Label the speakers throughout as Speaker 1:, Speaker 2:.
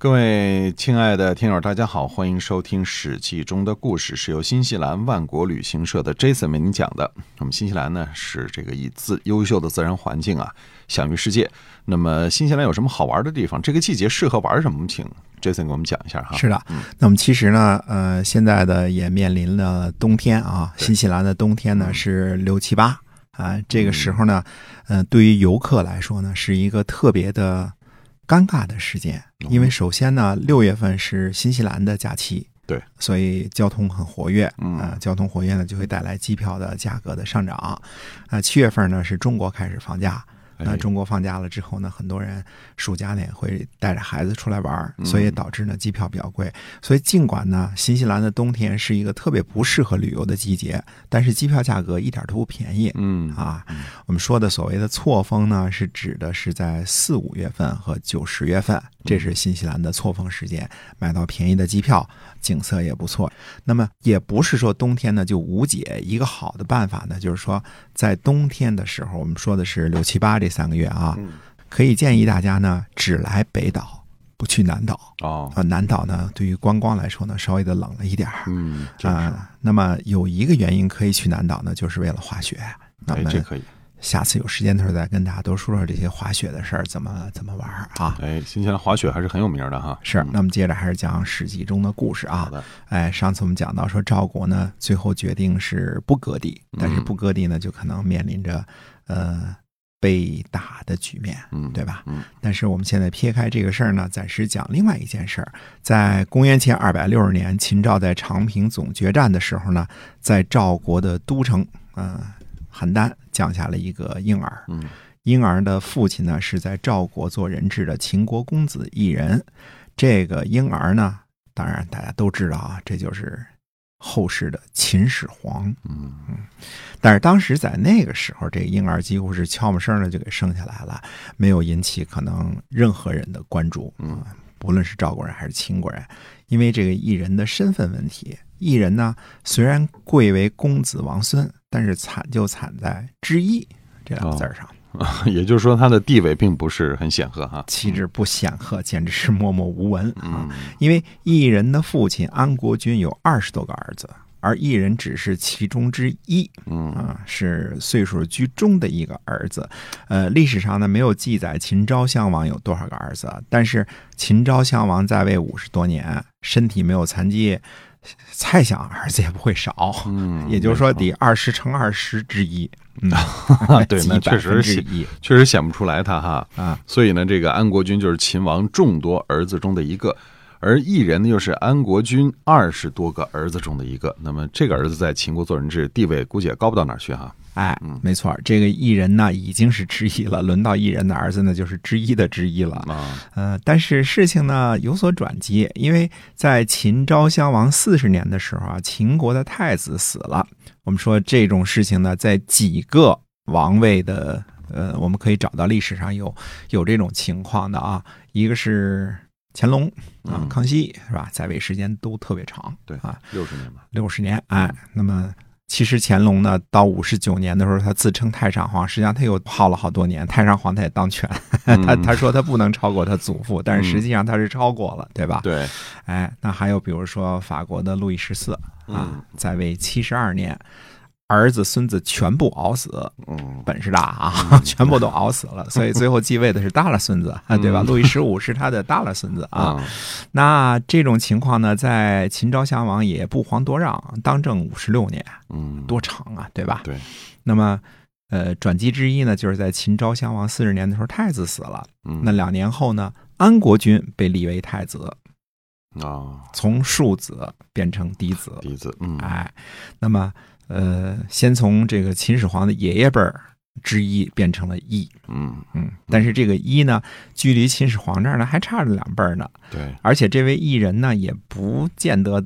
Speaker 1: 各位亲爱的听友，大家好，欢迎收听《史记》中的故事，是由新西兰万国旅行社的 Jason 为您讲的。我们新西兰呢是这个以自优秀的自然环境啊，享誉世界。那么新西兰有什么好玩的地方？这个季节适合玩什么？请 Jason 给我们讲一下哈。嗯
Speaker 2: 是的，那么其实呢，呃，现在的也面临了冬天啊，新西兰的冬天
Speaker 1: 嗯
Speaker 2: 呢是六七八啊，这个时候呢，
Speaker 1: 嗯
Speaker 2: 呃，对于游客来说呢，是一个特别的尴尬的时间，因
Speaker 1: 嗯
Speaker 2: 为首先呢，六月份是新西兰的假期，
Speaker 1: 对，
Speaker 2: 所以交通很活跃，
Speaker 1: 嗯
Speaker 2: 啊，交通活跃呢就会带来机票的价格的上涨，啊、七月份呢是中国开始放假，那
Speaker 1: 哎
Speaker 2: 中国放假了之后呢，很多人暑假呢也会带着孩子出来玩儿，
Speaker 1: 嗯
Speaker 2: 所以导致呢机票比较贵。所以尽管呢新西兰的冬天是一个特别不适合旅游的季节，但是机票价格一点都不便宜。
Speaker 1: 嗯
Speaker 2: 啊，我们说的所谓的错峰呢，是指的是在四五月份和九十月份，这是新西兰的错峰时间，买到便宜的机票，景色也不错。那么也不是说冬天呢就无解，一个好的办法呢，就是说在冬天的时候，我们说的是六七八这三个月啊，
Speaker 1: 嗯
Speaker 2: 可以建议大家呢只来北岛，不去南岛。
Speaker 1: 哦
Speaker 2: 啊，南岛呢对于观光来说呢稍微的冷了一点儿。
Speaker 1: 嗯真是
Speaker 2: 啊，那么有一个原因可以去南岛呢，就是为了滑雪。那
Speaker 1: 哎
Speaker 2: 么
Speaker 1: 这可以
Speaker 2: 下次有时间的时候再跟大家多说说这些滑雪的事儿，怎么怎么玩儿啊。
Speaker 1: 哎，新西兰滑雪还是很有名的哈。
Speaker 2: 是，
Speaker 1: 嗯
Speaker 2: 那么接着还是讲《史记》中的故事
Speaker 1: 好
Speaker 2: 啊。
Speaker 1: 的，
Speaker 2: 哎，上次我们讲到说赵国呢，最后决定是不割地，但
Speaker 1: 嗯
Speaker 2: 是不割地呢，就可能面临着呃被打的局面，
Speaker 1: 嗯，
Speaker 2: 对吧？
Speaker 1: 嗯
Speaker 2: 但是我们现在撇开这个事儿呢，暂时讲另外一件事儿。在公元前二百六十年，秦赵在长平总决战的时候呢，在赵国的都城，呃，邯郸降下了一个婴儿。
Speaker 1: 嗯
Speaker 2: 婴儿的父亲呢是在赵国做人质的秦国公子异人。这个婴儿呢，当然大家都知道啊，这就是后世的秦始皇。
Speaker 1: 嗯，
Speaker 2: 但是当时在那个时候，这个婴儿几乎是悄没声儿的就给生下来了，没有引起可能任何人的关注。
Speaker 1: 嗯，
Speaker 2: 不论是赵国人还是秦国人，因为这个异人的身份问题，异人呢虽然贵为公子王孙，但是惨就惨在之一这两个字儿上。
Speaker 1: 也就是说他的地位并不是很显赫哈。
Speaker 2: 气质不显赫，简直是默默无闻啊！
Speaker 1: 啊嗯
Speaker 2: 因为异人的父亲安国君有二十多个儿子，而异人只是其中之一
Speaker 1: 嗯
Speaker 2: 啊，是岁数居中的一个儿子。呃，历史上呢没有记载秦昭襄王有多少个儿子，啊但是秦昭襄王在位五十多年，身体没有残疾，猜想儿子也不会少。
Speaker 1: 嗯，，
Speaker 2: 也就是说，得二十乘二十之一，嗯
Speaker 1: 对 那
Speaker 2: 几百
Speaker 1: 确实
Speaker 2: 分之
Speaker 1: 是
Speaker 2: 一
Speaker 1: 确实显不出来他哈。
Speaker 2: 啊。
Speaker 1: 所以呢，这个安国君就是秦王众多儿子中的一个，而异人呢又是安国君二十多个儿子中的一个。那么这个儿子在秦国做人质，地位估计也高不到哪儿去哈。
Speaker 2: 哎，没错儿，这个艺人呢已经是之一了， 轮到艺人的儿子呢就是之一的之一了。
Speaker 1: 啊，
Speaker 2: 呃，但是事情呢有所转机，因为在秦昭襄王四十年的时候啊，秦国的太子死了。我们说这种事情呢，在几个王位的呃，我们可以找到历史上有有这种情况的啊，一个是乾隆啊
Speaker 1: 嗯，
Speaker 2: 康熙是吧，在位时间都特别长，
Speaker 1: 对
Speaker 2: 啊，
Speaker 1: 六十年吧。
Speaker 2: 六十年，哎，那么其实乾隆呢，到五十九年的时候，他自称太上皇，实际上他又耗了好多年，太上皇他也当权，
Speaker 1: 嗯
Speaker 2: 他他说他不能超过他祖父，但是实际上他是超过了，对吧？
Speaker 1: 对，
Speaker 2: 哎，那还有比如说法国的路易十四啊
Speaker 1: 嗯，
Speaker 2: 在位七十二年，儿子孙子全部熬死，
Speaker 1: 嗯
Speaker 2: 本事大啊， 全部都熬死了，所以最后继位的是大了孙子，啊对吧？
Speaker 1: 嗯
Speaker 2: 路易十五是他的大了孙子啊。，那这种情况呢，在秦昭襄王也不遑多让，当政五十六年，
Speaker 1: 嗯，
Speaker 2: 多长啊，对吧？
Speaker 1: 对，
Speaker 2: 那么，呃，转机之一呢，就是在秦昭襄王四十年的时候，太子死了。
Speaker 1: 嗯
Speaker 2: 那两年后呢，安国君被立为太子，
Speaker 1: 啊，
Speaker 2: 从庶子变成嫡子。
Speaker 1: 嫡子，嗯，
Speaker 2: 哎，那么，呃，先从这个秦始皇的爷爷辈儿之一变成了一，
Speaker 1: 嗯，
Speaker 2: 嗯，但是这个一呢，距离秦始皇这儿呢还差着两辈儿呢。
Speaker 1: 对，
Speaker 2: 而且这位艺人呢，也不见得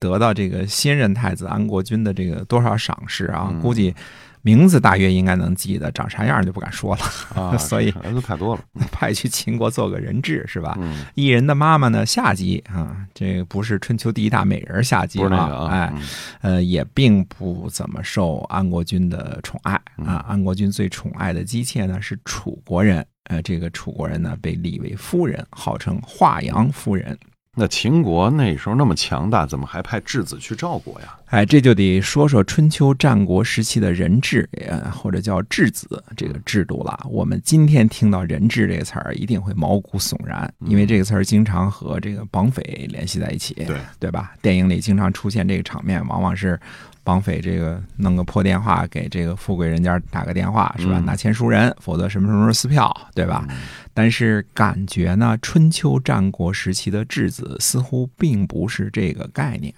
Speaker 2: 得到这个新任太子安国君的这个多少赏识啊，
Speaker 1: 嗯
Speaker 2: 估计名字大约应该能记得，长啥样就不敢说了。
Speaker 1: 啊，
Speaker 2: 所以
Speaker 1: 儿子太多 了，
Speaker 2: 派去秦国做个人质是吧？
Speaker 1: 嗯，
Speaker 2: 异人的妈妈呢，夏姬啊，这个不是春秋第一大美人夏姬
Speaker 1: 不是那个
Speaker 2: 啊，
Speaker 1: 啊，
Speaker 2: 哎，
Speaker 1: 嗯，
Speaker 2: 呃，也并不怎么受安国君的宠爱
Speaker 1: 嗯
Speaker 2: 啊。安国君最宠爱的姬妾呢是楚国人，呃，这个楚国人呢被立为夫人，号称华阳夫人。
Speaker 1: 那秦国那时候那么强大，怎么还派质子去赵国呀？
Speaker 2: 哎，这就得说说春秋战国时期的人质，呃，或者叫质子这个制度了。我们今天听到“人质”这个词儿，一定会毛骨悚然，因为这个词儿经常和这个绑匪联系在一起，
Speaker 1: 嗯对
Speaker 2: 对吧？电影里经常出现这个场面，往往是绑匪这个弄个破电话给这个富贵人家打个电话，是吧？
Speaker 1: 嗯
Speaker 2: 拿钱赎人，否则什么什么时候撕票，对吧？但是感觉呢，春秋战国时期的质子似乎并不是这个概念。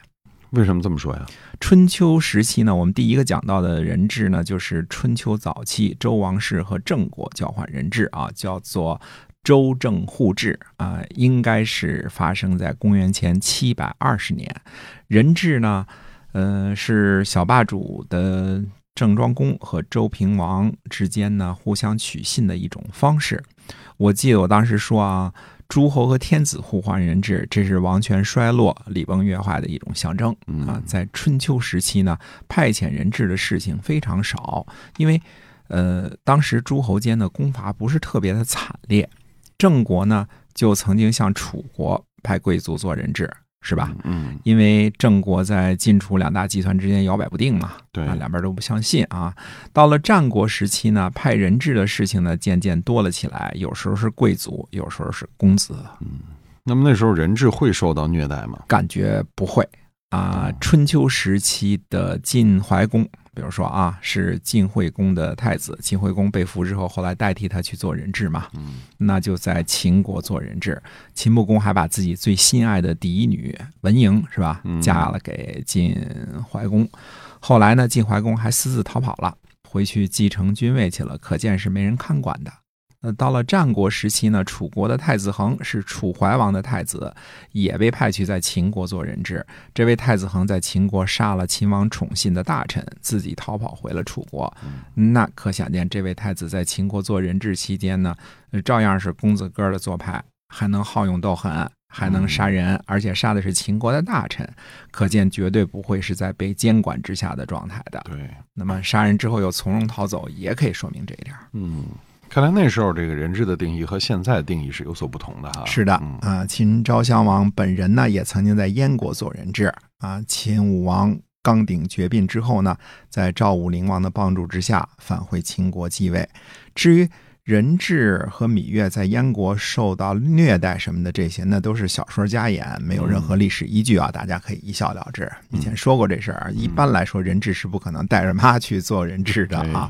Speaker 1: 为什么这么说呀？
Speaker 2: 春秋时期呢，我们第一个讲到的人质呢，就是春秋早期周王室和郑国交换人质啊，叫做周郑互质啊、应该是发生在公元前七百二十年。人质呢，呃，是小霸主的郑庄公和周平王之间呢互相取信的一种方式。我记得我当时说啊，诸侯和天子互换人质，这是王权衰落、礼崩乐坏的一种象征
Speaker 1: 嗯
Speaker 2: 啊。在春秋时期呢，派遣人质的事情非常少，因为呃，当时诸侯间的攻伐不是特别的惨烈。郑国呢，就曾经向楚国派贵族做人质，是吧？
Speaker 1: 嗯，
Speaker 2: 因为郑国在晋楚两大集团之间摇摆不定嘛，
Speaker 1: 对
Speaker 2: 啊，两边都不相信啊。到了战国时期呢，派人质的事情呢，渐渐多了起来，有时候是贵族，有时候是公子，
Speaker 1: 那么那时候人质会受到虐待吗？
Speaker 2: 感觉不会啊
Speaker 1: 哦。
Speaker 2: 春秋时期的晋怀公，比如说啊，是晋惠公的太子，晋惠公被俘之后，后来代替他去做人质嘛，
Speaker 1: 嗯，
Speaker 2: 那就在秦国做人质。秦穆公还把自己最心爱的第一女文嬴是吧
Speaker 1: 嗯，
Speaker 2: 嫁了给晋怀公。后来呢，晋怀公还私自逃跑了，回去继承君位去了，可见是没人看管的。那到了战国时期呢，楚国的太子恒是楚怀王的太子，也被派去在秦国做人质。这位太子恒在秦国杀了秦王宠信的大臣，自己逃跑回了楚国。那可想见，这位太子在秦国做人质期间呢，呃照样是公子哥儿的做派，还能好勇斗狠，还能杀人，而且杀的是秦国的大臣，可见绝对不会是在被监管之下的状态的。
Speaker 1: 对，
Speaker 2: 那么杀人之后又从容逃走，也可以说明这一点儿。
Speaker 1: 嗯，看来那时候这个人质的定义和现在的定义是有所不同的哈。
Speaker 2: 是的
Speaker 1: 嗯，
Speaker 2: 啊，秦昭襄王本人呢也曾经在燕国做人质啊。秦武王刚鼎绝膑之后呢，在赵武灵王的帮助之下返回秦国继位。至于人质和芈月在燕国受到虐待什么的这些，那都是小说加演，没有任何历史依据啊，大家可以一笑了之。以前说过这事儿，一般来说人质是不可能带着妈去做人质的啊。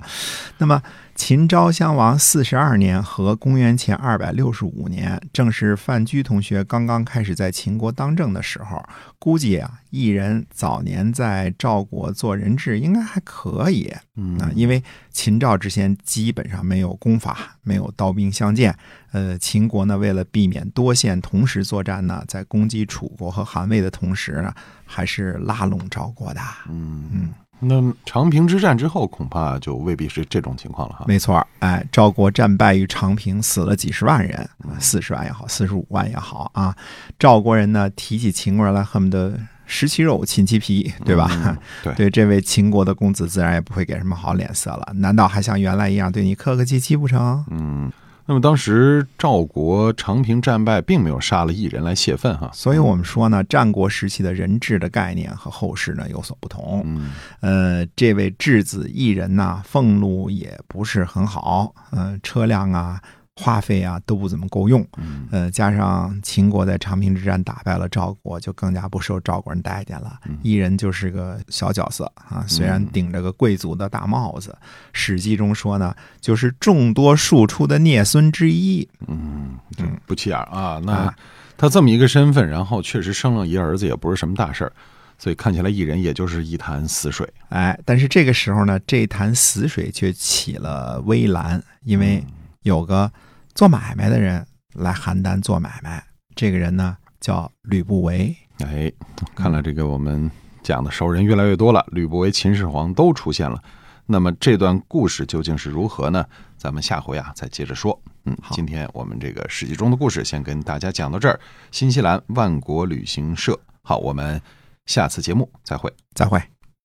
Speaker 2: 那么，秦昭襄王四十二年和公元前二百六十五年，正是范雎同学刚刚开始在秦国当政的时候。估计啊，异人早年在赵国做人质应该还可以啊、
Speaker 1: 嗯，
Speaker 2: 因为秦赵之间基本上没有攻伐，没有刀兵相见。呃，秦国呢，为了避免多线同时作战呢，在攻击楚国和韩魏的同时呢，还是拉拢赵国的。
Speaker 1: 嗯，那长平之战之后，恐怕就未必是这种情况了哈。
Speaker 2: 没错儿，哎，赵国战败于长平，死了几十万人，
Speaker 1: 嗯
Speaker 2: 啊四十万也好，四十五万也好啊。赵国人呢，提起秦国人来，恨不得食其肉，寝其皮，对吧？
Speaker 1: 嗯对
Speaker 2: 对这位秦国的公子，自然也不会给什么好脸色了。难道还像原来一样对你客客气气不成？
Speaker 1: 嗯，那么当时赵国长平战败，并没有杀了异人来泄愤哈。
Speaker 2: 所以我们说呢，战国时期的人质的概念和后世呢有所不同。
Speaker 1: 嗯，
Speaker 2: 呃，这位质子艺人呐、俸禄也不是很好，呃，车辆啊、花费啊都不怎么够用，
Speaker 1: 嗯
Speaker 2: 呃，加上秦国在长平之战打败了赵国，就更加不受赵国人待见了。异人就是个小角色啊，虽然顶着个贵族的大帽子，史记》中说呢，就是众多庶出的孽孙之一。
Speaker 1: 嗯
Speaker 2: 嗯，
Speaker 1: 不起眼儿啊。那他这么一个身份，然后确实生了一儿子，也不是什么大事儿，所以看起来异人也就是一潭死水。
Speaker 2: 哎，但是这个时候呢，这潭死水却起了微澜，因为
Speaker 1: 嗯
Speaker 2: 有个做买卖的人来邯郸做买卖，这个人呢叫吕不韦，
Speaker 1: 哎，看来这个我们讲的熟人越来越多了，吕不韦、秦始皇都出现了。那么这段故事究竟是如何呢？咱们下回啊再接着说。嗯，
Speaker 2: 好
Speaker 1: 今天我们这个史记中的故事先跟大家讲到这儿。新西兰万国旅行社，好，我们下次节目再会。
Speaker 2: 再会。